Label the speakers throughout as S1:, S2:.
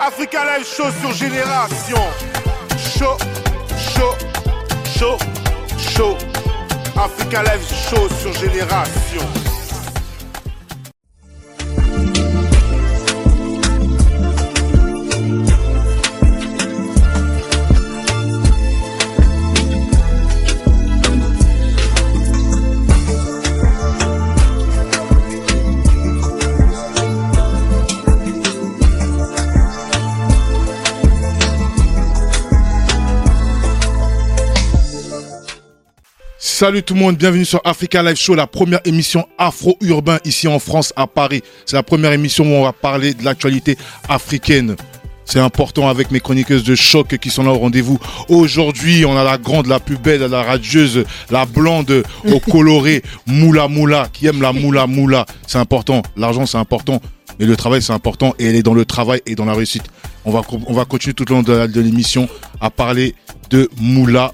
S1: Africa Live Show sur Génération. Show, show, show, show. Africa Live Show sur Génération.
S2: Salut tout le monde, bienvenue sur Africa Live Show, la première émission afro-urbain ici en France, à Paris. C'est la première émission où on va parler de l'actualité africaine. C'est important avec mes chroniqueuses de choc qui sont là au rendez-vous. Aujourd'hui, on a la grande, la plus belle, la radieuse, la blonde au coloré, Moula Moula, qui aime la Moula Moula. C'est important, l'argent c'est important, mais le travail c'est important et elle est dans le travail et dans la réussite. On va, on va continuer tout le long de la- de l'émission à parler de Moula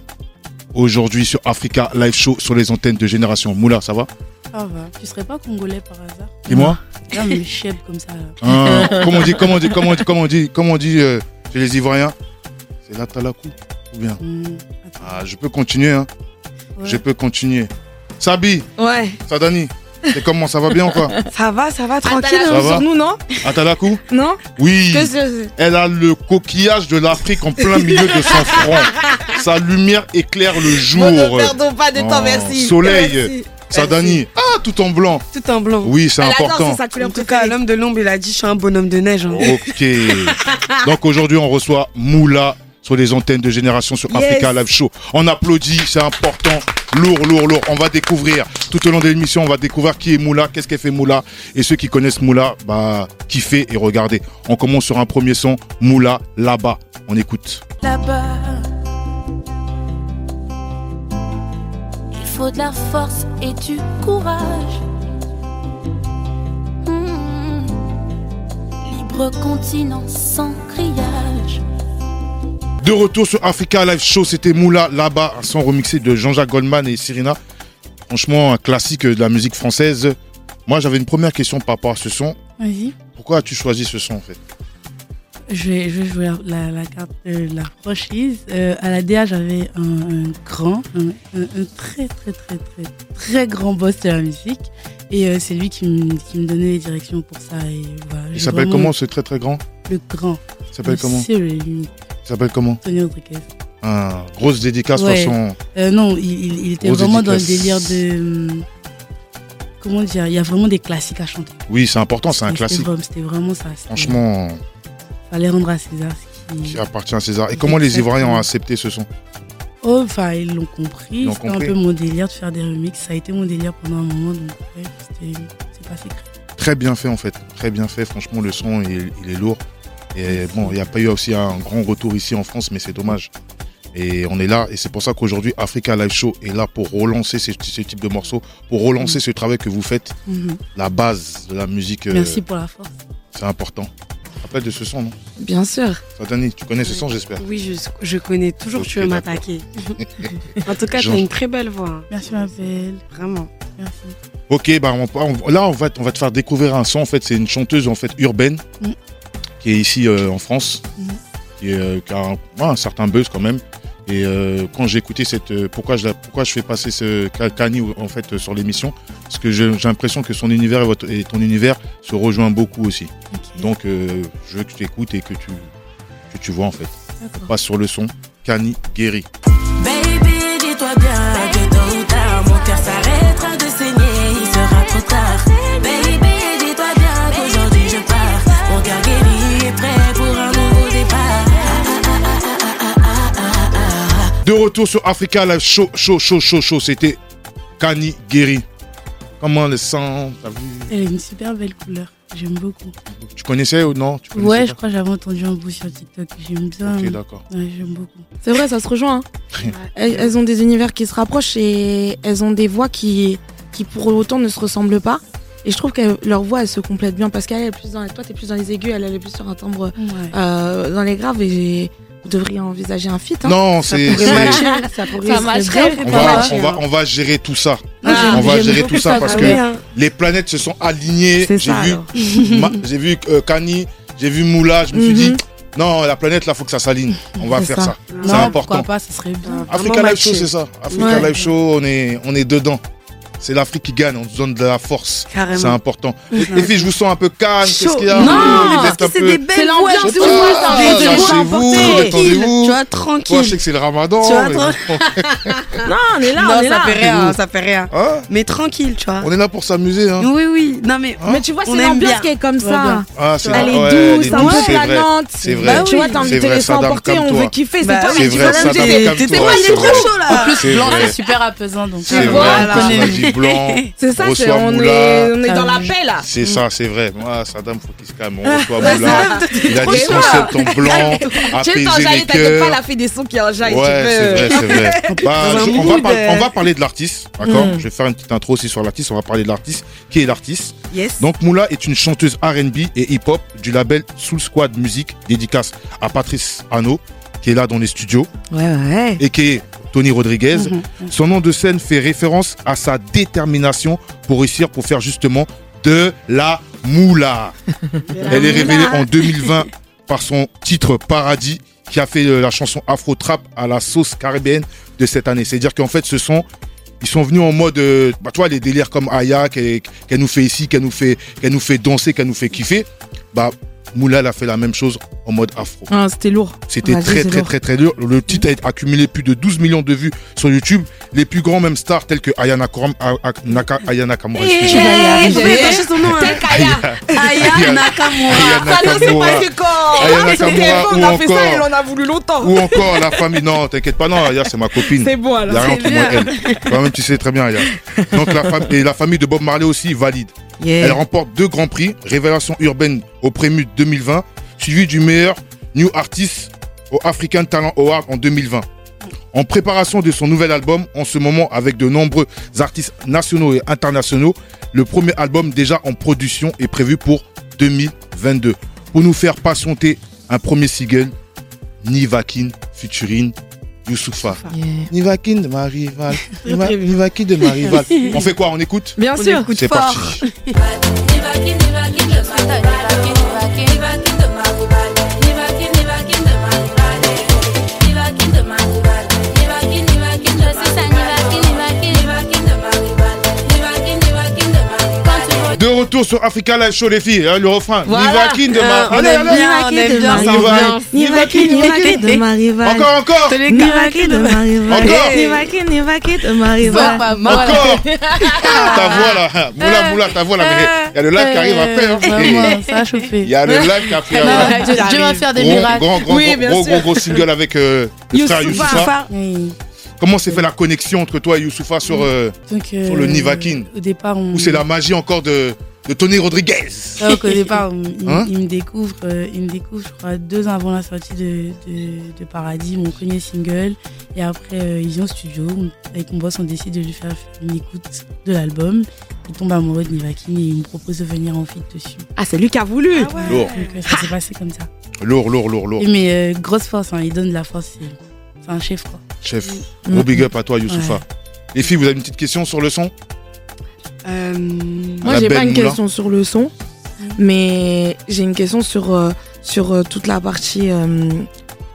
S2: aujourd'hui sur Africa Live Show sur les antennes de Génération. Moula, ça va
S3: Ça va. Tu serais pas congolais par hasard
S2: Et moi
S3: Là, me chèbe comme ça. là.
S2: Hein, Comment on dit, comment on dit, comment on dit, comment on dit, comment on dit euh, chez les Ivoiriens C'est la talakou ou bien
S3: Hmm.
S2: Ah, je peux continuer, hein
S3: Ouais.
S2: Je peux continuer. Sabi,
S4: Ouais,
S2: Sadani, c'est comment Ça va bien ou quoi
S4: ça va, ça va, tranquille
S2: la
S4: hein,
S2: chance. Ça va
S4: sur nous, non
S2: Atalakou
S4: Non
S2: Oui.
S4: Que c'est-
S2: Elle a le coquillage de l'Afrique en plein milieu de son front. Sa lumière éclaire le
S4: Bon, ne
S2: jour.
S4: perdons pas de
S2: Oh,
S4: temps, merci.
S2: soleil.
S4: Merci.
S2: Sadani, ah, tout en blanc.
S4: Merci. Tout en blanc.
S2: Oui, c'est
S5: Elle adore,
S2: important.
S5: c'est sa couleur
S4: En tout cas,
S5: préférée.
S4: l'homme de l'ombre, il a dit Je suis un bonhomme de neige. hein.
S2: Ok. Donc aujourd'hui, on reçoit Moula sur les antennes de Génération sur
S4: Yes.
S2: Africa Live Show. On applaudit, c'est important. Lourd, lourd, lourd. On va découvrir tout au long de l'émission, on va découvrir qui est Moula, qu'est-ce qu'elle fait Moula. Et ceux qui connaissent Moula, bah, kiffez et regardez. On commence sur un premier son, Moula là-bas. On écoute.
S6: là-bas. Il faut de la force et du courage. Hmm. Libre continent sans grillage.
S2: De retour sur Africa Live Show, c'était Moula là-bas, un son remixé de Jean-Jacques Goldman et Cyrina. Franchement, un classique de la musique française. Moi, j'avais une première question par rapport à ce son.
S3: Vas-y.
S2: Pourquoi as-tu choisi ce son en fait
S3: Je vais, je vais jouer la, la- la carte de la franchise. Euh, à la DA, j'avais un, un grand, un, un- un très, très, très, très, très grand boss de la musique. Et euh, c'est lui qui me, qui me donnait les directions pour ça. Et voilà,
S2: Il
S3: j'ai
S2: s'appelle
S3: vraiment
S2: comment ce très très grand
S3: Le grand.
S2: Il s'appelle comment
S3: Monsieur le lui,
S2: Il s'appelle comment
S3: Tony Rodriguez.
S2: Un grosse dédicace
S3: Ouais.
S2: pour son.
S3: Euh, non, il, il- il était
S2: Grosse
S3: vraiment dans le délire
S2: dédicace.
S3: de. hum, Comment dire Il y a vraiment des classiques à chanter.
S2: Oui, c'est important, c'est un
S3: C'était
S2: classique.
S3: vraiment- C'était vraiment ça. C'était-
S2: Franchement,
S3: Fallait rendre à César ce qui.
S2: qui appartient à César. Et comment les
S3: Exactement.
S2: Ivoiriens ont accepté ce son
S3: Oh, enfin, ils l'ont compris.
S2: Ils l'ont
S3: C'était un
S2: compris.
S3: peu mon délire de faire des remixes. Ça a été mon délire pendant un moment. Donc, ouais, c'était- c'est pas secret.
S2: Très bien fait en fait, très bien fait. Franchement, le son il, il est lourd. Et bon, il n'y a pas eu aussi un grand retour ici en France, mais c'est dommage. Et on est là, et c'est pour ça qu'aujourd'hui Africa Live Show est là pour relancer ce, ce type de morceaux, pour
S3: Mm.
S2: relancer ce travail que vous faites,
S3: Mhm.
S2: la base de la musique. euh,
S3: Merci pour la force.
S2: C'est important. Rappelle de ce son, non
S4: Bien sûr.
S2: Satani, tu connais ce son, j'espère.
S4: Oui, je, je connais toujours,
S2: Ok,
S4: tu veux
S2: d'accord.
S4: m'attaquer. en tout cas,
S2: Jean-
S4: t'as une très belle voix, hein,
S3: Merci, ma belle.
S4: vraiment.
S3: Merci.
S2: Ok, bah on, part- on- là on va, on va te faire découvrir un son. En fait, c'est une chanteuse en fait urbaine
S3: Mm.
S2: qui est ici euh, en France,
S3: Mm.
S2: qui, est, euh, qui a un, ouais, un certain buzz quand même. Et euh, quand j'ai écouté cette, euh, pourquoi je la- pourquoi je fais passer ce Ka- Kani en fait euh, sur l'émission, parce que je- j'ai l'impression que son univers et, votre- et ton univers se rejoignent beaucoup aussi.
S3: Ok.
S2: Donc euh, je veux que tu écoutes et que tu que tu vois en fait.
S3: D'accord.
S2: Passe sur le son Kani Guéry.
S7: Baby, dis-toi bien que tôt ou tard, mon cœur s'arrêtera de saigner, il sera trop tard. Baby, dis-toi bien qu'aujourd'hui je pars, mon cœur guéri est prêt pour un nouveau départ.
S2: De retour sur Africa Live Show, show, show, show, show. C'était Kani Guéry. Comment le sang T'as vu
S3: Elle a une super belle couleur. J'aime beaucoup.
S2: Tu connaissais ou non Tu connaissais
S3: Ouais, je
S2: pas
S3: crois que j'avais entendu un bout sur TikTok. J'aime bien.
S2: Ok, d'accord.
S3: Ouais, j'aime beaucoup.
S5: C'est vrai, ça se rejoint. hein. elles, elles ont des univers qui se rapprochent et elles ont des voix qui, qui pour autant ne se ressemblent pas. Et je trouve que leur voix, elles se complètent bien parce qu'elle elle est plus dans, toi, t'es plus dans les aigus, elle, elle est plus sur un timbre
S3: Ouais.
S5: euh, dans les graves et vous devriez envisager un feat. Hein.
S2: Non,
S5: ça
S2: c'est.
S5: pourrait
S2: c'est-
S5: matcher, ça pourrait
S4: Ça
S5: serait
S4: matcherait.
S5: bien.
S2: On va,
S4: matcher,
S2: on, va,
S4: hein.
S2: on va gérer tout ça.
S5: Moi, j'aime-
S2: on va
S5: j'aime
S2: gérer
S5: beaucoup
S2: tout ça parce
S5: ah
S2: que
S5: ouais.
S2: les planètes se sont alignées.
S5: C'est
S2: J'ai
S5: ça,
S2: vu,
S5: alors.
S2: Ma- j'ai vu euh, Kani, j'ai vu Moula. Je me suis
S5: Mhm.
S2: dit, Non, la planète, là, faut que ça s'aligne. On va
S5: C'est
S2: faire
S5: ça.
S2: ça. C'est
S3: Non, pourquoi
S2: important.
S3: pas, ce serait bien.
S2: Africa Live Show, c'est ça. Africa
S5: Ouais.
S2: Live Show, on est, on est dedans. C'est l'Afrique qui gagne, on se donne de la force.
S4: Carrément.
S5: Ah
S2: C'est important. Les les filles, je vous sens un peu calme. Qu'est-ce qu'il y a
S5: Non,
S2: Vous
S5: parce
S2: êtes un peu- Ah,
S5: C'est l'ambiance,
S2: Je sais
S5: vous,
S2: pas,
S5: c'est un
S2: lâchez-vous,
S5: peu emporté.
S2: détendez-vous.
S4: Tu vois,
S2: Toi, je sais
S4: tranquille.
S2: que c'est le ramadan.
S4: Tu vois,
S2: mais-
S4: Non, on est là,
S5: Non,
S4: on est
S5: ça
S4: là.
S5: fait
S2: rien,
S4: ça fait rien.
S2: Hein
S4: Mais tranquille, tu vois.
S2: on est là pour s'amuser. Hein.
S4: Oui, oui. Non, mais
S5: Mais tu vois,
S4: On
S5: c'est
S4: aime
S5: l'ambiance
S4: bien.
S5: qui est comme
S3: Ouais, bien.
S5: ça.
S2: Ah, c'est
S5: Elle
S2: ouais,
S5: est douce, hein,
S2: elle est
S5: un peu
S2: c'est vrai.
S5: planante.
S2: C'est vrai.
S5: Bah oui. Tu vois, t'as envie
S2: C'est
S5: de te
S2: vrai,
S5: laisser
S2: Saddam,
S5: emporter, on
S2: calme-toi.
S5: veut kiffer.
S4: Bah
S5: C'est toi
S4: oui,
S2: C'est
S5: qui
S2: vrai, ça
S5: dis
S2: donne
S5: la
S2: calme
S5: vérité.
S2: toi.
S5: Toi, il est
S2: C'est vrai.
S5: trop chaud là.
S2: En plus,
S3: Blanc,
S2: blanc,
S3: c'est super apaisant. Donc, euh,
S2: c'est
S5: vois,
S2: vrai.
S5: voilà.
S2: Quand on a dit blanc,
S5: C'est ça, c'est-
S2: reçoit
S5: on
S2: Moula.
S5: est on est
S3: Ah
S5: dans la
S3: oui.
S5: paix là.
S2: C'est ça, c'est vrai. Moi, Saddam, faut qu'il se calme. On reçoit Moula. Il a
S5: trop
S2: dit
S5: chaud.
S2: son septembre blanc,
S5: Tu
S2: apaiser
S5: t'enjailles,
S2: les
S5: t'inquiète pas,
S2: cœurs.
S5: la fille des sons qui enjaille.
S2: euh, Ouais, c'est vrai, c'est vrai. Bah,
S4: Dans un
S2: je- on, va
S4: mood,
S2: par-
S4: euh.
S2: on va parler de l'artiste, d'accord
S5: Mm.
S2: Je vais faire une petite intro aussi sur l'artiste. On va parler de l'artiste. Qui est l'artiste
S4: Yes.
S2: Donc, Moula est une chanteuse RB et hip-hop du label Soul Squad Music, dédicace à Patrice Hano, qui est là dans les studios,
S5: Ouais, ouais. Mm-hmm,
S2: et qui est Tony Rodriguez. Son nom de scène fait référence à sa détermination pour réussir, pour faire justement de la moula. Elle est révélée en 2020 par son titre Paradis qui a fait euh, la chanson Afro Trap à la sauce caribéenne de cette année. C'est-à-dire qu'en fait, ce sont ils sont venus en mode, euh, bah, tu vois, les délires comme Aya qu'elle qu'elle nous fait ici, qu'elle nous fait, qu'elle nous fait danser, qu'elle nous fait kiffer. Bah, Moula elle a fait la même chose en mode afro.
S5: Ah, C'était lourd.
S2: C'était
S5: Vas-y,
S2: très,
S5: c'est
S2: très,
S5: lourd.
S2: très, très dur. Le titre a accumulé plus de 12 millions de vues sur YouTube. Les plus grands, même stars, tels que Ayana Karam, A- A- Naka- Aya Nakamura,
S5: Tu
S2: excusez-moi.
S5: vas y
S4: Eh,
S5: arriver.
S4: Vous pouvez cacher son nom, hein.
S5: Tel Kaya.
S2: Aya-
S4: Aya Nakamura.
S2: Aya
S5: Salut, Ah, c'est
S2: Nakamura.
S5: pas du corps.
S2: Aya
S5: Ah, mais
S2: Nakamura,
S5: c'était bon, on
S2: ou
S5: a fait
S2: encore.
S5: ça, elle en a voulu longtemps.
S2: Ou encore la famille. Non, t'inquiète pas, non, Aya, c'est ma copine.
S5: C'est bon
S2: Il n'y
S5: alors.
S2: a rien
S4: c'est
S2: entre moi et elle. Quand même, tu sais très bien, Aya. Donc, la, fam- et la famille de Bob Marley aussi valide. Elle remporte deux grands prix, Révélation urbaine au Prémut 2020, suivi du meilleur New Artist au African Talent Award en 2020. En préparation de son nouvel album, en ce moment avec de nombreux artistes nationaux et internationaux, le premier album déjà en production est prévu pour 2022. Pour nous faire patienter un premier single, Nivakin featuring Youssoufa. Nivakin de ma rivale. Niva- Nivakin de ma rivale. On fait quoi On écoute
S5: Bien sûr.
S2: C'est parti. De retour sur Africa Live Show, les filles, hein, le refrain.
S5: Voilà.
S2: Nivakin de ma.
S4: Euh, on
S2: allez,
S4: aime
S2: allez.
S4: bien, on aime bien.
S2: On y va.
S5: Nivaki, Nivaki de ma rivale.
S2: Encore, encore.
S4: C'est les
S5: Nivaki de ma rivale.
S2: Encore.
S5: Nivaki, Nivaki de ma rivale.
S3: pas mal.
S2: Encore. Ah, ta voix là. Moula, moula, ta voix là. Mais il y a le live qui arrive après. hein.
S3: Euh, Vraiment, ça a
S2: Il
S3: chauffé.
S2: y a le live qui a fait.
S3: Non,
S2: un
S3: Dieu Dieu va faire des
S2: Grand,
S3: miracles.
S2: grand, grand,
S5: Oui,
S2: grand,
S5: bien
S2: gros,
S5: sûr.
S2: gros, gros single avec euh, le frère Youssoufa.
S3: Oui.
S2: Comment s'est fait la connexion entre toi et Youssoufa sur, euh,
S3: Donc, euh,
S2: Sur le Nivakin.
S3: Au départ, on.
S2: où c'est la magie encore de, de Tony Rodriguez
S3: Ouais, donc, au départ, on- il,
S2: Hein
S3: il me découvre, euh, il me découvre, je crois, deux ans avant la sortie de, de, de Paradis, mon premier single. Et après, euh, il vient au studio. Avec mon boss, on décide de lui faire une écoute de l'album. Il tombe amoureux de Nivakin et il me propose de venir en feat dessus.
S5: Ah, c'est lui qui a voulu.
S2: Lourd,
S3: Donc, euh, ça s'est passé comme ça.
S2: lourd, lourd, lourd, lourd.
S3: Et mais euh, grosse force, hein, il donne de la force. c'est- C'est un chef, quoi.
S2: Chef, gros big up à toi, Youssoufa.
S3: Ouais.
S2: Les filles, vous avez une petite question sur le son
S4: Euh,
S2: La
S5: Moi, j'ai
S2: belle
S5: pas une
S2: moulin.
S5: question sur le son, mais j'ai une question sur, euh, sur euh, toute la partie, euh,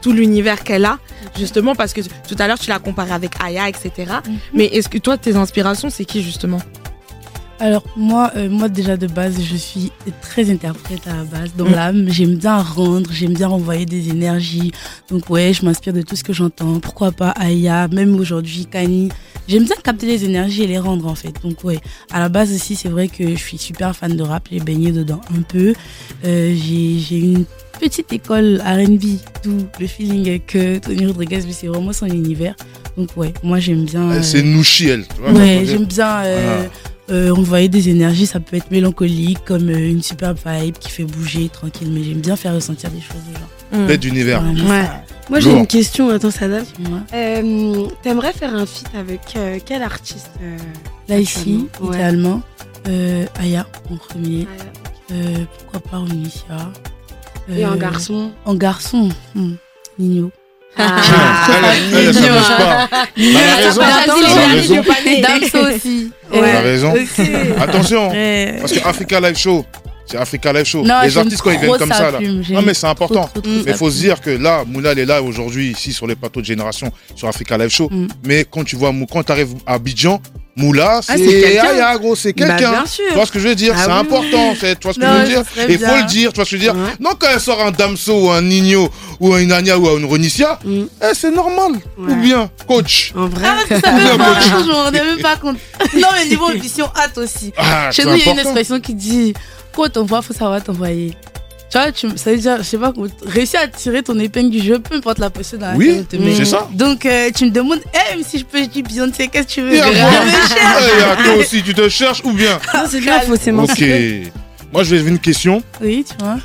S5: tout l'univers qu'elle a, justement, parce que tu- tout à l'heure, tu l'as comparé avec Aya, etc. Mais est-ce que toi, tes inspirations, c'est qui, justement
S3: Alors moi, euh, moi déjà de base, je suis très interprète à la base dans l'âme. J'aime bien rendre, j'aime bien envoyer des énergies. Donc ouais, je m'inspire de tout ce que j'entends. Pourquoi pas Aya, même aujourd'hui Kani. J'aime bien capter les énergies et les rendre en fait. Donc ouais, à la base aussi, c'est vrai que je suis super fan de rap. J'ai baigné dedans un peu. Euh, j'ai j'ai une petite école R&B, d'où le feeling que Tony Rodriguez, lui, c'est vraiment son univers. Donc ouais, moi j'aime bien. euh,
S2: Elle, C'est Nouchi, elle. tu vois,
S3: Ouais,
S2: je-
S3: j'aime bien euh, euh, envoyer des énergies. Ça peut être mélancolique, comme euh, une super vibe qui fait bouger tranquille. Mais j'aime bien faire ressentir des choses aux gens.
S5: Mm.
S2: Bête d'univers.
S3: Vraiment,
S4: Ouais.
S3: ça,
S4: Moi, j'ai
S2: Lourd.
S4: une question. Attends, ça date.
S3: tu vois.
S4: Euh, T'aimerais faire un feat avec euh, quel artiste euh,
S3: Là, ici,
S4: Ouais.
S3: idéalement, euh, Aya en premier.
S4: Aya.
S3: Euh, pourquoi pas Onicia
S4: Et un
S3: Euh,
S4: garçon.
S3: En garçon, hmm, Nino.
S2: Ah, elle, elle, elle, elle, ça
S4: mignon,
S2: bouge pas. Elle a raison.
S5: pas facile,
S2: Elle a
S5: j'ai
S2: raison.
S3: Bah, Damso aussi.
S2: Elle a raison.
S4: Ok.
S2: Attention,
S3: Ouais.
S2: parce que Africa Live Show, C'est Africa Live Show.
S3: Non,
S2: les
S3: j'aime
S2: artistes, quand ils
S3: trop
S2: viennent comme
S3: sa
S2: ça, là.
S3: plume, j'aime
S2: Non, mais c'est important.
S3: trop, trop, trop
S2: mais
S3: sa
S2: faut se
S3: plume.
S2: dire que là, Mouna, elle est là aujourd'hui, ici, sur les plateaux de génération, sur Africa Live Show.
S3: Mm.
S2: Mais quand tu vois, Mou- quand t'arrives à Abidjan, Moula, c'est
S4: c'est quelqu'un.
S2: Ah, y'a, gros, c'est
S4: Bah,
S2: quelqu'un.
S4: bien
S2: Tu
S4: sûr.
S2: vois ce que je veux dire
S4: Ah
S2: C'est
S4: oui,
S2: important, c'est- tu vois ce que
S3: Non,
S2: je veux
S3: ce
S2: dire
S3: serait
S2: Et faut
S3: bien.
S2: le dire, tu vois ce que je veux dire
S4: Ouais.
S2: Non, quand elle sort un Damso ou un Nino ou une Ania ou une Ronicia,
S4: Mm.
S2: eh, c'est normal.
S4: Ouais.
S2: Ou bien, coach.
S4: En vrai.
S3: Ah, parce que ça
S2: Bien,
S3: me
S2: coach.
S3: parle, je me rendais même pas compte. Non, mais niveau ambition, hâte aussi.
S2: Ah,
S3: Chez
S2: c'est
S3: nous, il y a une
S2: important.
S3: expression qui dit quand t'envoies, faut savoir t'envoyer. Tu vois, tu, ça veut dire, je sais pas, comment- réussir à tirer ton épingle du jeu, peu importe la posture dans laquelle
S2: Oui,
S3: on te met.
S2: c'est ça.
S3: Donc, euh, tu me demandes, Eh, mais si je peux, je dis Beyoncé, qu'est-ce que tu veux
S2: Et à
S3: Je
S2: moi.
S3: me cherche.
S2: Eh, à toi aussi, tu te cherches ou bien
S4: Non, c'est bien, faut
S2: Ok.
S4: s'émanciper.
S2: Moi, je vais une question.
S3: Oui, tu vois.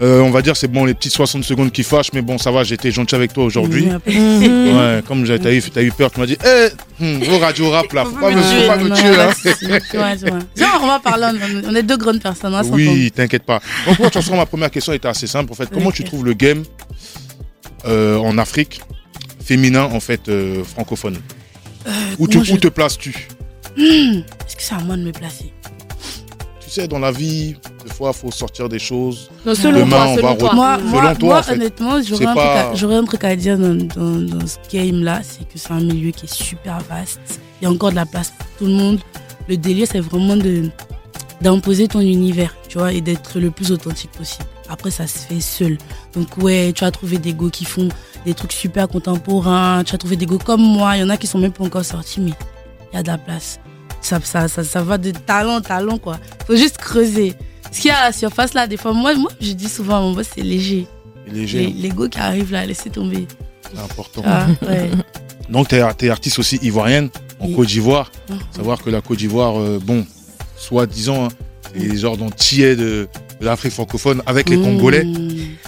S2: Euh, on va dire, c'est bon, les petites 60 secondes qui fâchent, mais bon, ça va, j'étais gentil avec toi aujourd'hui.
S3: Mais après,
S2: Ouais, comme j'ai- t'as eu, t'as eu peur, tu m'as dit, hé, hmm, vos radio rap là, faut
S4: Faut
S2: pas Ah,
S4: me
S2: me,
S4: tuer,
S2: faut pas me
S3: non,
S2: tuer. hein.
S3: pas de souci. Tu vois, tu vois. Viens, on va parler, on- on est deux grandes personnes, hein, s'entend.
S2: Oui, t'inquiète pas. Donc, moi, de toute façon, ma première question était assez simple. En fait, comment
S3: Ok.
S2: tu trouves le game euh, en Afrique féminin, en fait, euh, francophone où, tu,
S3: moi, Euh, je-
S2: où te places-tu
S3: Est-ce que c'est à moi de me placer
S2: Tu sais, dans la vie, des fois, faut sortir des choses.
S5: Non, selon
S2: Demain,
S5: toi,
S2: on va
S5: selon toi.
S3: Moi,
S2: Selon
S3: moi,
S2: toi,
S3: moi,
S2: en fait.
S3: honnêtement,
S2: C'est
S3: j'aurais un,
S2: pas-
S3: truc à- j'aurais un truc à dire dans, dans- dans ce game-là, c'est que c'est un milieu qui est super vaste. Il y a encore de la place pour tout le monde. Le délire, c'est vraiment de d'imposer ton univers, tu vois, et d'être le plus authentique possible. Après, ça se fait seul. Donc, ouais, tu as trouvé des gars qui font des trucs super contemporains. Tu as trouvé des gars comme moi. Il y en a qui sont même pas encore sortis, mais il y a de la place. Ça, ça, ça, ça va de talent en talent, quoi. Faut juste creuser. Ce qu'il y a à la surface, là, des fois, moi, moi je dis souvent à mon boss, c'est léger.
S2: Et léger,
S3: Les, les gars qui arrivent là, laissez tomber.
S2: c'est important.
S3: Ah, ouais.
S2: Donc, t'es es artiste aussi ivoirienne, en
S3: Oui.
S2: Côte d'Ivoire.
S3: Mhm.
S2: Savoir que la Côte d'Ivoire, euh, bon, soi-disant, hein, c'est genre dans tiède de de l'Afrique francophone avec les
S3: Mmh.
S2: Congolais.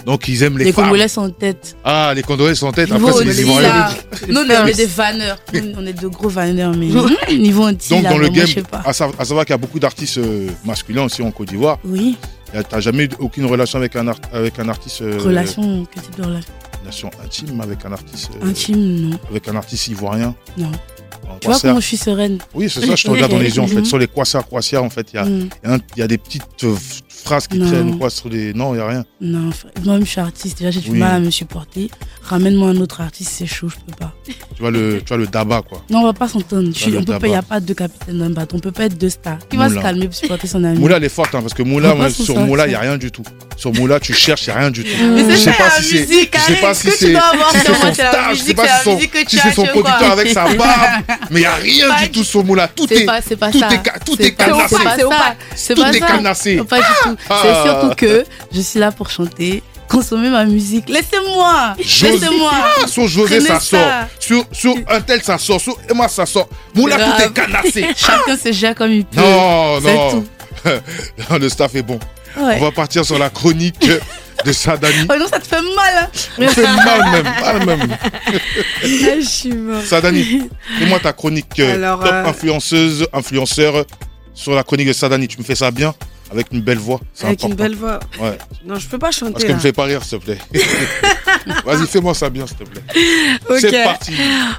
S2: Donc, ils aiment les,
S3: Les,
S2: femmes.
S3: Congolais sont en tête.
S2: Ah, les Congolais sont en tête. Après,
S3: Niveau
S2: c'est les
S3: Antilles,
S2: Ivoiriens.
S3: là. Nous, on est des vanneurs. Nous, On est de gros vanneurs, mais mmh, niveau anti,
S2: Donc,
S3: là,
S2: dans le
S3: vraiment,
S2: game,
S3: je sais pas.
S2: à, sa- à savoir qu'il y a beaucoup d'artistes euh, masculins aussi en Côte d'Ivoire.
S3: Oui,
S2: Y a- T'as jamais eu aucune relation avec un, art- avec un artiste. euh,
S3: relation, quel type de relation
S2: relation intime avec un artiste. euh,
S3: Intime, non.
S2: Avec un artiste ivoirien.
S3: Non.
S2: En
S3: Tu vois
S2: Kwassia.
S3: comment je suis sereine
S2: Oui, c'est ça, je te regarde dans les yeux en fait.
S3: Mhm.
S2: Sur les Kwassia, Kwassia, en fait, il y a,
S3: Mmh.
S2: un- il y a des petites euh, phrases qui
S3: Non.
S2: traînent quoi, sur des. Non, il n'y a rien.
S3: Non, enfin, moi-même, je suis artiste. Déjà, j'ai du
S2: Oui.
S3: mal à me supporter. Ramène-moi un autre artiste, c'est chaud, je peux pas.
S2: Tu vois le, tu vois, le dabat, quoi.
S3: Non, on va pas s'entendre. Je suis-
S2: le
S3: On peut pas, il
S2: tabac.
S3: n'y a pas deux capitaines d'un bâton. On peut pas être deux stars. Qui va se
S2: Ah, Moulin.
S3: calmer pour supporter son ami
S2: Moula, elle est forte, hein, parce que
S3: On
S2: Moula,
S3: va
S2: moi,
S3: pas se
S2: sur
S3: sentir.
S2: Moula, il n'y a rien du tout. Sur Moula, tu cherches, il n'y a rien du tout.
S5: Mais
S2: Je
S5: c'est
S2: sais pas si c'est.
S3: musique,
S2: Je sais pas si c'est. Si c'est son stage, je sais pas si son- si c'est son producteur avec sa barbe, mais il n'y a rien
S3: Pas
S2: du
S3: du-
S2: tout sur Moula. Tout
S3: C'est
S2: est.
S3: pas, c'est pas
S2: tout
S3: ça.
S2: est ca- tout
S3: C'est
S2: est
S3: pas-
S2: canassé.
S3: C'est pas
S5: C'est
S3: ça. C'est
S2: Tout
S3: pas
S2: est
S3: ça.
S2: canassé.
S3: Non, Pas du tout.
S2: Ah.
S3: C'est surtout que je suis là pour chanter, consommer ma musique. Laissez-moi.
S2: José-
S3: Laissez-moi.
S2: Ah, Sur José,
S3: Prenez
S2: ça
S3: ça.
S2: sort. Sur, sur un tel, ça sort. Sur Emma, ça sort. Moula, tout
S3: Grave.
S2: est canassé.
S3: Chacun se gère comme il peut.
S2: Non,
S3: C'est
S2: non. Non, Le staff est bon.
S4: Ah,
S3: Ouais.
S2: On va partir sur la chronique de Sadani.
S3: Oh non, ça te fait mal.
S2: On fait mal même, mal même.
S4: Ah, je suis mort.
S2: Sadani, fais-moi ta chronique euh,
S4: Alors,
S2: top
S4: euh,
S2: influenceuse, influenceur euh, sur la chronique de Sadani. Tu me fais ça bien avec une belle voix. C'est
S4: Avec
S2: important.
S4: une belle voix.
S2: Ouais.
S4: Non, je peux pas
S2: Parce
S4: chanter.
S2: qu'elle
S4: Là.
S2: me fait pas rire, s'il te plaît. Vas-y, fais-moi ça bien, s'il te plaît. C'est
S4: Ok.
S2: parti.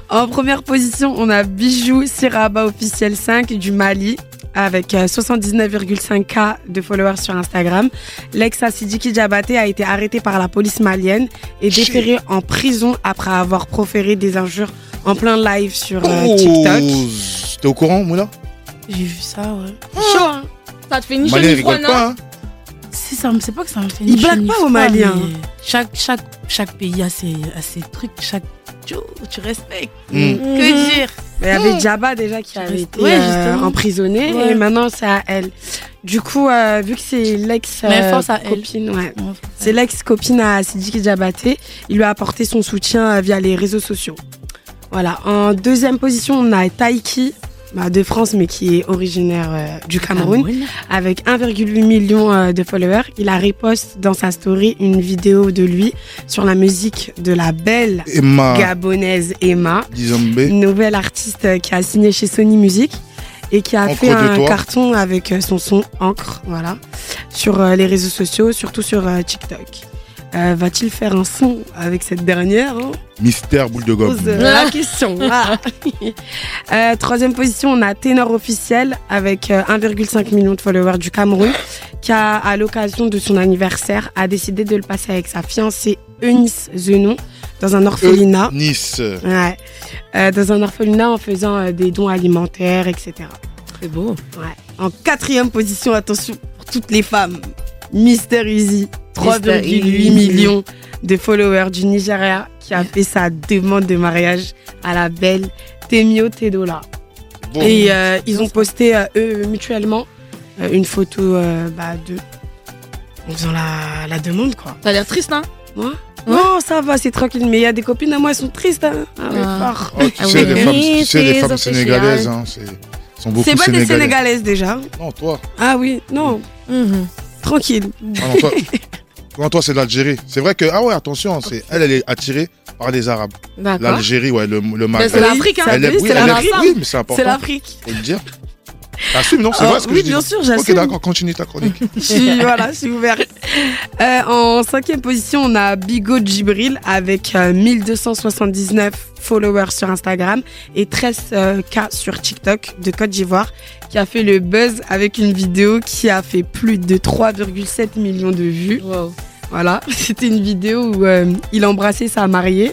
S4: En première position, on a Bijou Siraba officiel 5 du Mali avec euh, 79,5K de followers sur Instagram. L'ex à Sidiki Diabaté a été arrêté par la police malienne et
S2: Shit.
S4: déféré en prison après avoir proféré des injures en plein live sur euh, TikTok.
S2: Oh, T'es au courant, Moula
S3: J'ai vu ça, ouais.
S5: Chaud, hein. Ça te fait une
S2: Malien
S5: chaîne
S2: rigole pas, hein
S3: C'est ça, c'est pas que ça me fait
S4: Ils
S3: ni chaud
S4: blaguent
S3: ni
S4: pas aux
S3: froid,
S4: Maliens.
S3: mais Chaque, chaque, chaque pays a ses, a ses trucs, chaque tu, tu respectes.
S2: Mm.
S3: Que dire
S4: Il y
S3: Mm.
S4: avait Djaba déjà qui avait été
S3: Ouais,
S4: euh,
S3: justement.
S4: emprisonné
S3: Ouais.
S4: et maintenant c'est à elle. Du coup, euh, vu que c'est l'ex
S3: Mais
S4: euh,
S3: force à elle.
S4: copine, ouais. C'est l'ex-copine à Sidiki Diabaté. Il lui a apporté son soutien euh, via les réseaux sociaux. Voilà. En deuxième position, on a Taiki, bah, de France, mais qui est originaire euh, du Cameroun, avec 1,8 million euh, de followers. Il a riposte dans sa story une vidéo de lui sur la musique de la belle
S2: Emma
S4: gabonaise Emma,
S2: Dizembe.
S4: une nouvelle artiste euh, qui a signé chez Sony Music et qui a
S2: Encre
S4: fait
S2: de
S4: un
S2: toi.
S4: carton avec euh, son son Encre, voilà, sur euh, les réseaux sociaux, surtout sur euh, TikTok. Euh, Va-t-il faire un son avec cette dernière hein
S2: Mystère boule de gomme.
S4: Pose, euh, la question. voilà. Euh, troisième position, on a Ténor officiel avec euh, 1,5 million de followers du Cameroun qui a, à l'occasion de son anniversaire, a décidé de le passer avec sa fiancée Eunice Zenon dans un orphelinat.
S2: Nice.
S4: Ouais. Euh, dans un orphelinat en faisant euh, des dons alimentaires, etc.
S5: C'est beau.
S4: Ouais. En quatrième position, attention pour toutes les femmes, Mister Easy, 3,8
S5: Easy.
S4: millions de followers du Nigeria qui a fait sa demande de mariage à la belle Temio Tedola.
S2: Bon.
S5: Oh.
S4: Et euh, ils ont posté euh, eux mutuellement euh, une photo euh, bah, de en faisant la, la demande quoi.
S5: T'as l'air triste, hein
S4: Moi Non, ça va, c'est tranquille. Mais il y a des copines à moi, elles sont tristes. Hein. Ah, mais
S5: Ah.
S4: fort.
S2: Oh, tu
S5: Ah
S2: sais,
S5: oui.
S2: les femmes, tu sais, les
S5: Miss
S2: femmes
S5: is
S2: sénégalaises, hein, c'est, sont beaucoup
S4: C'est pas des
S2: sénégalaises.
S4: Sénégalaises déjà.
S2: Non, toi.
S4: Ah oui, non,
S5: Mhm.
S4: tranquille.
S2: Ah non, toi. Non, toi, c'est de l'Algérie. C'est vrai que, ah ouais, attention, c'est, elle, elle est attirée par les Arabes.
S5: D'accord.
S2: L'Algérie, ouais, le,
S5: Mais
S2: le Maghreb.
S5: c'est l'Afrique, hein.
S4: la-
S2: Elle est, oui,
S5: c'est
S2: elle est-
S5: l'Afrique.
S2: oui, mais c'est
S4: C'est
S2: important.
S4: l'Afrique.
S2: Faut le dire. Assume, non, c'est
S4: Ah,
S2: vrai ce que
S4: oui,
S2: je dis.
S4: bien sûr,
S2: Ok,
S4: j'assume.
S2: d'accord, continue ta chronique.
S4: je suis, voilà, je suis ouverte. Euh, en cinquième position, on a Bigot Djibril avec euh, 1279 followers sur Instagram et 13K sur TikTok de Côte d'Ivoire qui a fait le buzz avec une vidéo qui a fait plus de 3,7 millions de vues. Voilà, c'était une vidéo où euh, il embrassait sa mariée.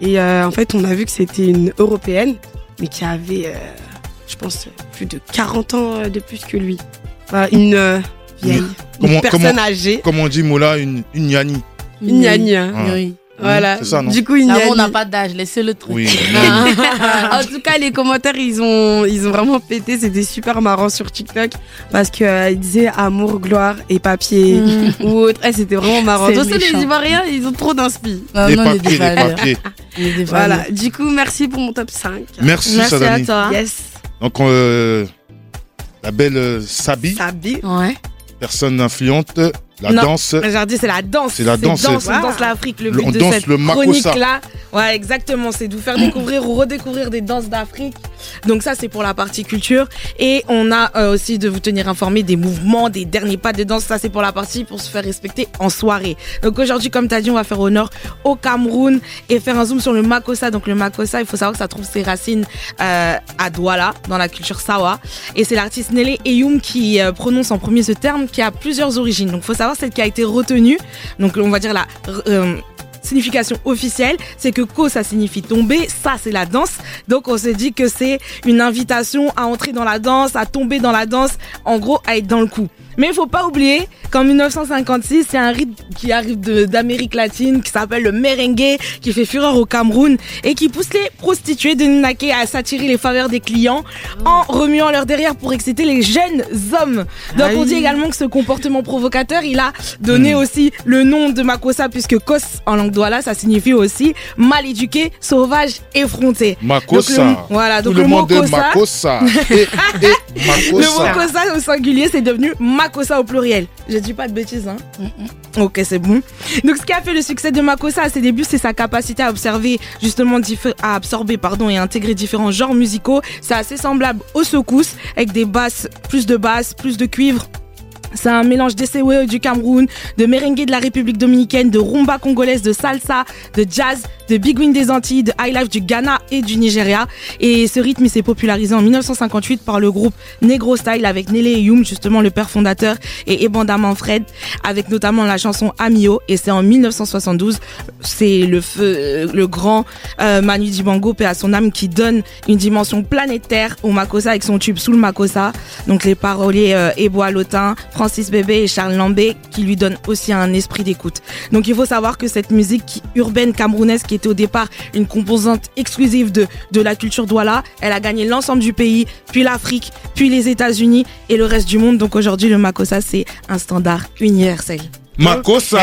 S4: Et euh, en fait, on a vu que c'était une Européenne, mais qui avait, euh, je pense, plus de 40 ans euh, de plus que lui. Enfin, une euh, vieille, une
S2: Comment-
S4: personne
S2: comment-
S4: âgée,
S2: Comme on dit, Moula, une, une Yanni.
S4: une gnagne. hein.
S2: Ah.
S3: Oui.
S4: Voilà.
S2: C'est ça, non
S4: du coup, une
S3: Là, on
S4: gnagne.
S3: n'a pas d'âge, laissez-le truc.
S2: Oui.
S4: en tout cas, les commentaires, ils ont, ils ont vraiment pété. C'était super marrant sur TikTok parce qu'ils disaient amour, gloire et papier ou autre. Eh, c'était vraiment marrant.
S3: Ah, C'est
S4: Toi, c'est les
S3: méchant.
S4: Ivoiriens, ils ont trop d'inspi.
S3: Non,
S2: les
S3: non,
S2: papiers,
S3: il est
S2: les papiers.
S4: Voilà. Du coup, merci pour mon top 5.
S2: Merci,
S5: Merci à
S2: Sadani.
S3: Ah.
S5: toi.
S4: Yes.
S2: Donc, euh, la belle euh, Sabi,
S4: Sabi.
S5: Ouais.
S2: personne influente, la
S8: Non.
S2: danse.
S8: Mais J'ai dit, c'est la danse.
S2: C'est la danse,
S8: danse,
S2: c'est-
S8: on danse l'Afrique. Le
S2: Le-
S8: but
S2: on
S8: de
S2: danse
S8: cette
S2: le Makossa.
S8: chronique-là, ouais, exactement, c'est de vous faire découvrir ou redécouvrir des danses d'Afrique. Donc ça, c'est pour la partie culture. Et on a euh, aussi de vous tenir informé des mouvements, des derniers pas de danse. Ça, c'est pour la partie pour se faire respecter en soirée. Donc aujourd'hui, comme tu as dit, on va faire honneur au Cameroun et faire un zoom sur le Makossa. Donc le Makossa, il faut savoir que ça trouve ses racines euh, à Douala, dans la culture Sawa. Et c'est l'artiste Nelly Eyoum qui euh, prononce en premier ce terme, qui a plusieurs origines. Donc faut savoir celle qui a été retenue donc on va dire la euh, signification officielle, c'est que ko ça signifie tomber, ça c'est la danse. Donc on se dit que c'est une invitation à entrer dans la danse, à tomber dans la danse, en gros à être dans le coup. Mais il faut pas oublier qu'en 1956, il y a un rythme qui arrive de- d'Amérique latine qui s'appelle le merengue, qui fait fureur au Cameroun et qui pousse les prostituées de Ninaké à s'attirer les faveurs des clients en remuant leur derrière pour exciter les jeunes hommes. Donc on dit également que ce comportement provocateur, il a donné aussi le nom de Makossa puisque Kos en langue douala, ça signifie aussi mal éduqué, sauvage, effronté. Donc, le-
S2: Makossa.
S8: voilà,
S2: Tout
S8: donc
S2: le
S8: le mot
S2: monde est
S8: Kossa,
S2: Makossa. Et, et
S8: le mot
S2: Makossa.
S8: Kosa au singulier, c'est devenu Makosa au pluriel. Je dis pas de bêtises, hein Ok, c'est bon. Donc, ce qui a fait le succès de Makosa à ses débuts, c'est sa capacité à observer, justement, diffé- à absorber, pardon, et à intégrer différents genres musicaux. C'est assez semblable aux secousses, avec des basses, plus de basses, plus de cuivre. C'est un mélange d'Essewe du Cameroun, de merengue de la République dominicaine, de rumba congolaise, de salsa, de jazz, de big win des Antilles, de high life du Ghana et du Nigeria. Et ce rythme, il s'est popularisé en 1958 par le groupe Negro Style avec Nele Youm, justement le père fondateur, et Ebanda Manfred, avec notamment la chanson Amio. Et c'est en 1972, c'est le feu, euh, le grand euh, Manu Dibango, paix à son âme, qui donne une dimension planétaire au Makossa avec son tube Soul Makossa. Donc les paroliers euh, Eboa Lotin, Francis Bébé et Charles Lambé, qui lui donnent aussi un esprit d'écoute. Donc il faut savoir que cette musique qui- urbaine camerounaise, qui était au départ une composante exclusive de, de la culture douala, elle a gagné l'ensemble du pays, puis l'Afrique, puis les États-Unis et le reste du monde. Donc aujourd'hui, le Makossa, c'est un standard universel.
S2: Makossa.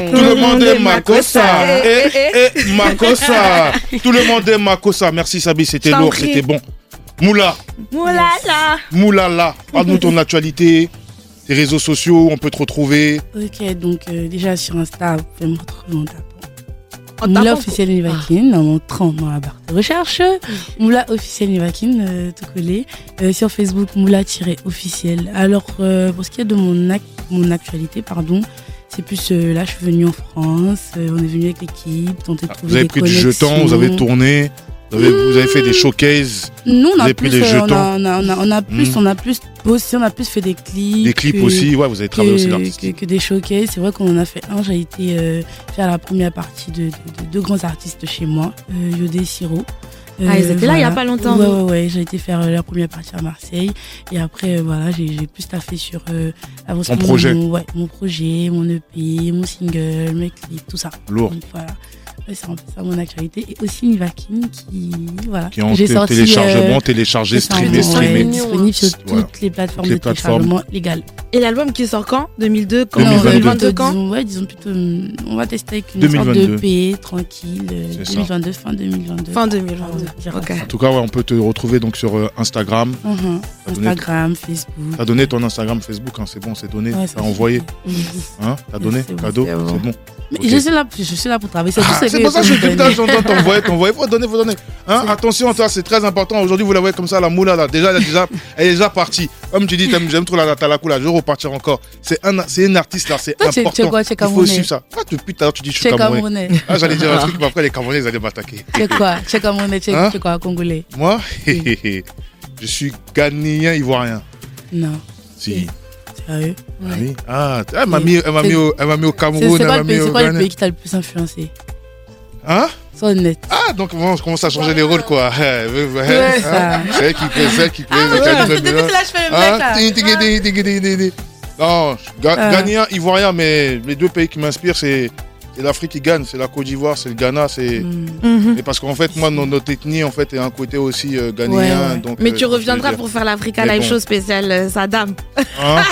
S4: Hey.
S2: Tout le monde est Makossa. Et, et Makossa. Tout le monde est Makossa. Merci, Sabi, c'était
S8: T'en
S2: lourd,
S8: prie.
S2: c'était bon. Moula.
S8: Moulala
S2: Moulala, parle-nous ton actualité, tes réseaux sociaux, on peut te retrouver.
S3: Ok, donc euh, déjà sur Insta, vous pouvez me retrouver en tapant.
S8: En tapant
S3: Moula officiel
S4: Ah.
S3: Nivakin, en montrant dans la barre de recherche. Moula officiel Nivakin, euh, tout collé. Euh, sur Facebook, Moula-officiel. Alors, euh, pour ce qui est de mon, ac- mon actualité, pardon, c'est c'est plus euh, là, je suis venue en France, euh, on est venu avec l'équipe, tenter de trouver
S2: Ah, Vous avez
S3: des
S2: pris
S3: Mmh.
S2: du jeton, vous
S3: connexions.
S2: avez tourné, vous avez, vous avez fait des showcases,
S3: Nous, on
S2: vous
S3: a
S2: avez
S3: plus,
S2: pris des
S3: euh, on a,
S2: jetons.
S3: on a- on a- on a plus,
S2: Mm.
S3: on a plus bossé, on a plus fait des clips.
S2: des clips
S3: que-
S2: aussi. Ouais, vous avez travaillé aussi
S3: que, que,
S2: l'artistique.
S3: que des showcases. C'est vrai qu'on en a fait un. J'ai été euh, faire la première partie de, de- de deux grands artistes chez moi, euh, Yodé et Siro. Euh,
S9: Ah, ils étaient là il y a
S3: voilà.
S9: pas longtemps.
S3: Ouais, ouais, ouais. J'ai été faire euh, la première partie à Marseille. Et après, euh, voilà, j'ai j'ai plus taffé sur euh, avancer
S2: Ton projet.
S3: Mon, ouais, mon projet, mon EP, mon single, mes clips, tout ça.
S2: Lourd.
S3: Donc, voilà. Ouais, C'est un peu ça mon actualité. Et aussi Nivakin qui. Voilà.
S2: Qui est en
S3: J'ai
S2: té-
S3: sorti,
S2: téléchargement,
S3: euh,
S2: téléchargé,
S3: c'est ça,
S2: streamé,
S3: ouais,
S2: streamé.
S3: disponible sur
S2: Voilà.
S3: toutes les plateformes
S2: Toutes les
S3: de téléchargement légal.
S8: Et l'album qui sort quand 2002 quand
S2: 2022.
S8: 2022 quand
S3: disons, ouais, disons plutôt, hum, on va tester avec une sorte
S2: 2022.
S3: de paix tranquille, euh,
S2: C'est ça.
S3: 2022, fin 2022.
S8: Fin 2022. Ok.
S2: En tout cas, ouais, on peut te retrouver donc sur euh, Instagram.
S3: Mhm.
S2: T'as donné,
S3: Instagram, Facebook.
S2: t'as donné ton Instagram, Facebook, hein, c'est bon, c'est donné,
S3: Mmh. Ouais, ça
S2: t'as
S3: suffit.
S2: envoyé, hein, t'as donné,
S3: C'est bon,
S2: cadeau,
S8: c'est bon.
S2: c'est bon.
S3: Mais
S2: Ok.
S3: je, suis là, je suis là pour travailler. C'est tout
S2: Ah,
S3: ce
S2: c'est
S3: que
S2: pour ça que
S3: je
S2: je
S3: peux
S2: suis tout le
S3: donner.
S2: temps, j'entends t'envoyer, t'envoyer, faut donner, faut donner. Hein,
S3: C'est-
S2: attention, ça c'est très important. Aujourd'hui, vous la voyez comme ça, la moula là, déjà, elle est déjà, elle est déjà partie. Comme tu dis, t'aimes- j'aime trop la Natalakou là, je vais repartir encore. C'est un, c'est une artiste là, c'est
S3: Toi, tu
S2: important.
S3: tu es quoi Tu es
S2: Il faut
S3: Camerounais
S2: suivre ça. Toi, depuis tout à l'heure, tu dis je
S3: Tu
S2: suis
S3: es
S2: camerounais.
S3: Camerounais.
S2: Ah, j'allais dire un truc, mais après les Camerounais, ils allaient m'attaquer.
S3: Tu es quoi Tu es Camerounais, tu es-
S2: Hein
S3: tu es quoi Congolais
S2: Moi, je suis Ghanéen ivoirien.
S3: Non,
S2: Si.
S3: sérieux.
S2: Ah oui. Ah, t- elle m'a mis, elle m'a mis, au, elle m'a mis au
S3: C'est
S2: Cameroun,
S3: c'est
S2: elle
S3: quoi
S2: m'a
S3: le
S2: mis
S3: pays, c'est
S2: au
S3: quoi le
S2: Ghana.
S3: pays qui t'a le plus influencé
S2: Hein
S3: Sois honnête.
S2: Ah, donc on commence à changer les rôles quoi. Ouais, ouais,
S3: Ouais,
S2: hein.
S3: ça. Ah,
S2: C'est elle qui plaît, c'est elle qui plaît. c'est elle qui plaît.
S3: là, je fais
S2: Hein Ting, ting, ting, ting, ting, ting, ting. Non, je- Ga-
S3: Ah.
S2: Ghanéen, Ivoirien, mais les deux pays qui m'inspirent, c'est c'est l'Afrique qui gagne, c'est la Côte d'Ivoire, c'est le Ghana, c'est.
S3: Mm.
S2: Mais parce qu'en fait, moi, no- notre ethnie, en fait, est un côté aussi euh, ghanéen.
S3: Ouais, ouais.
S2: Donc,
S8: Mais
S2: euh,
S8: tu
S2: je veux
S8: reviendras
S2: dire,
S8: pour faire l'Africa
S2: Mais
S8: Live
S2: bon.
S8: Show spécial euh, Saddam.
S2: hein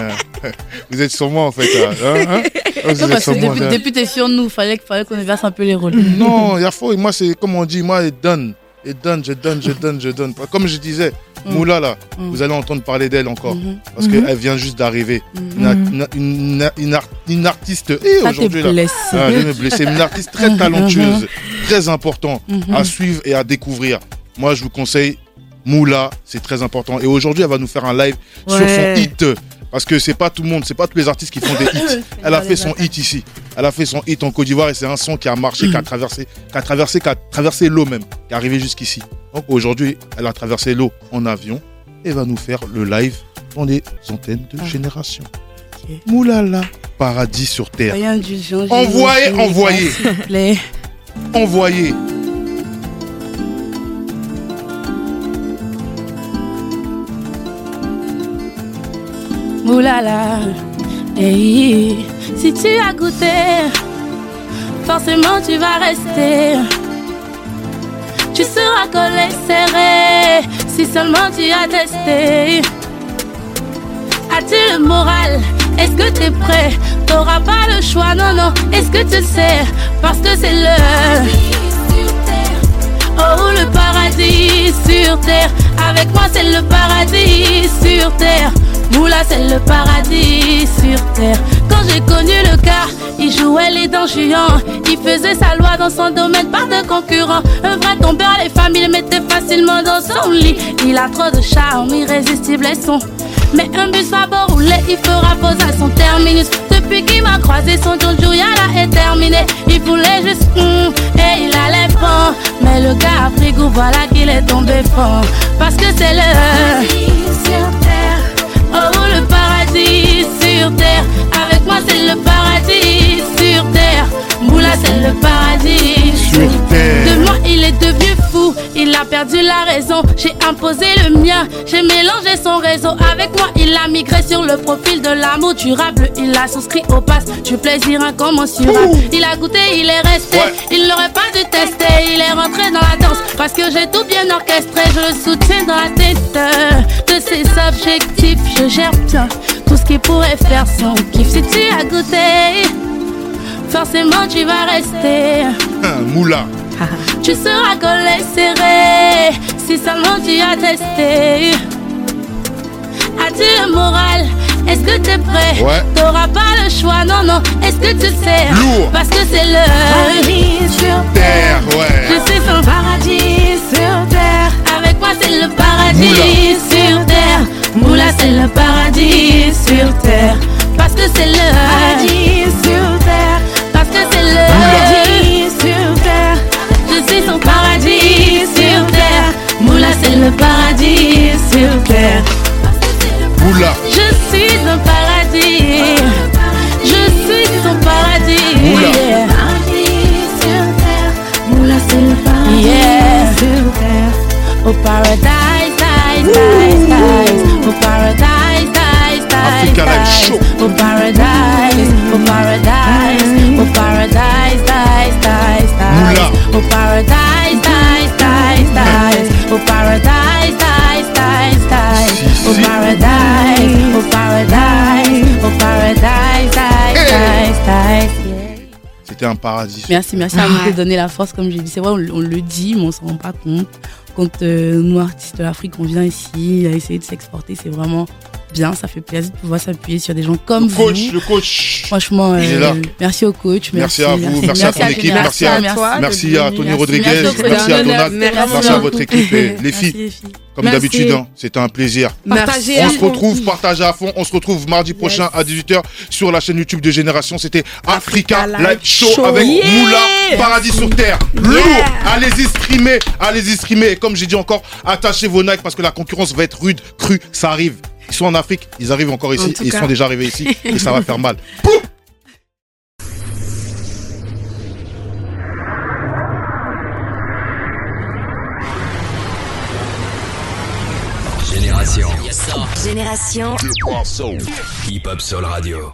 S2: Vous êtes sur moi, en fait. là. Hein, hein Vous
S3: Non,
S2: êtes
S3: parce que
S2: sur moi,
S3: depuis,
S2: là.
S3: depuis t'es sur nous, fallait, fallait qu'on inverse un peu les rôles.
S2: Non, Yafo, et moi, c'est comme on dit, moi, je donne. Et donne, je donne, je donne, je donne. Comme je disais,
S3: Mm.
S2: Moula, là,
S3: Mm.
S2: vous allez entendre parler d'elle encore.
S3: Mhm.
S2: Parce qu'elle vient juste d'arriver. Une, ar- une, une- une ar- une artiste. Et
S3: Mm-hmm. Ça t'es
S2: aujourd'hui, là.
S3: blessé.
S2: Ah, je vais me blesser. Une artiste très
S3: Mhm.
S2: talentueuse, très important
S3: Mhm.
S2: à suivre et à découvrir. Moi, je vous conseille Moula, c'est très important. Et aujourd'hui, elle va nous faire un live sur son
S8: Ouais.
S2: hit. Parce que c'est pas tout le monde, c'est pas tous les artistes qui font des hits. Elle a fait son hit ici. Elle a fait son hit en Côte d'Ivoire et c'est un son qui a marché, qui a traversé, qui a traversé, qui a traversé l'eau même, qui est arrivé jusqu'ici. Donc aujourd'hui, elle a traversé l'eau en avion et va nous faire le live dans les antennes de génération.
S3: Ok.
S2: Moulala, paradis sur terre.
S3: Soyez indulgents, j'ai
S2: Envoyez,
S3: une émotion,
S2: envoyez.
S3: S'il vous plaît.
S2: Envoyé.
S3: Oulala. Hey, Eh, si tu as goûté, forcément tu vas rester. Tu seras collé serré, si seulement tu as testé. As-tu le moral Est-ce que t'es prêt T'auras pas le choix, non, non. Est-ce que tu le sais Parce que c'est l'heure. Oh le paradis sur terre Avec moi c'est le paradis sur terre Moula c'est le paradis sur terre Quand j'ai connu le car Il jouait les dents juants Il faisait sa loi dans son domaine par de concurrents Un vrai tombeur les femmes il mettait facilement dans son lit Il a trop de charme, irrésistible et son mais un bus va bord rouler, il fera pause à son terminus. Depuis qu'il m'a croisé, son tour du Yala est terminé. Il voulait juste hum, et il allait fond. Mais le gars a pris goût, voilà qu'il est tombé fond. Parce que c'est le. Oh le paradis sur terre Avec moi c'est le paradis sur terre Moula c'est le paradis
S2: Sur terre.
S3: De moi il est devenu fou Il a perdu la raison J'ai imposé le mien J'ai mélangé son réseau Avec moi il a migré sur le profil de l'amour durable Il a souscrit au pass du plaisir incommensurable Il a goûté, il est resté
S2: Ouais.
S3: il n'aurait pas dû tester, il est rentré dans la danse Parce que j'ai tout bien orchestré, je le soutiens dans la tête euh, De ses objectifs, je gère bien Tout ce qui pourrait faire son kiff Si tu as goûté, forcément tu vas rester
S2: Hein, Moula.
S3: Tu seras collé serré Si seulement tu as testé As-tu le moral Est-ce que t'es prêt
S2: Ouais.
S3: T'auras pas le choix, non, non Est-ce que tu sais
S2: Lourd.
S3: Parce que c'est le...
S2: Terre,
S3: Je
S2: ouais.
S3: suis son paradis sur terre. Avec moi, c'est le paradis sur terre. Moula, c'est le paradis sur terre. parce que c'est l'heure. Paradis sur terre, parce que c'est l'heure. Paradis sur terre, je suis son paradis sur terre. Moula, c'est le paradis sur terre.
S2: Moula,
S3: Je suis un paradis. Je suis son paradis.
S2: Moula.
S3: Yeah. Moula, c'est le paradis sur terre. Au Oh, paradise, paradise, paradise, au Oh, paradise, paradise,
S2: Africa Live
S3: paradise,
S2: Show.
S3: au Oh, paradise, au paradise, au paradise, paradise, paradise,
S2: Moula.
S3: au Oh, paradise, paradise, paradise, paradise, au Oh, paradise, paradise, paradise, paradise,
S2: Si,
S3: au
S2: si.
S3: Oh, paradise, au paradise, au paradise, paradise, paradise, paradise. yeah.
S2: c'était un paradis.
S8: Merci, merci à vous de donner la force, comme j'ai dit. C'est vrai, on, on le dit, mais on s'en rend pas compte. Quand euh, nous, artistes de l'Afrique, on vient ici à essayer de s'exporter, c'est vraiment bien. Ça fait plaisir de pouvoir s'appuyer sur des gens comme
S2: Le coach,
S8: vous.
S2: le coach.
S8: Franchement,
S2: Il est
S8: euh,
S2: là.
S8: merci au coach.
S2: Merci à vous, merci à ton
S8: la
S2: équipe, merci à-
S8: génération,
S2: Merci à Tony Rodriguez,
S8: Merci
S2: merci
S8: au
S2: à
S8: président.
S2: Donald, merci à votre équipe et les
S8: Merci,
S2: filles.
S8: les filles.
S2: Comme
S4: Merci.
S2: d'habitude, hein, c'était un plaisir.
S4: Partagez
S8: hein.
S2: On se retrouve, partagez à fond. On se retrouve mardi prochain à 18h sur la chaîne YouTube de Génération. C'était Africa, Live Show, avec Moula, Paradis sur Terre. Lourd Allez-y streamer, allez-y streamer. Et comme j'ai dit encore, attachez vos Nike parce que la concurrence va être rude, crue, ça arrive. Ils sont en Afrique, ils arrivent encore ici,
S10: tout
S2: et ils
S10: cas.
S2: sont déjà arrivés ici et ça va faire mal.
S11: Génération.
S12: Génération.
S11: Hip Hop Soul Radio.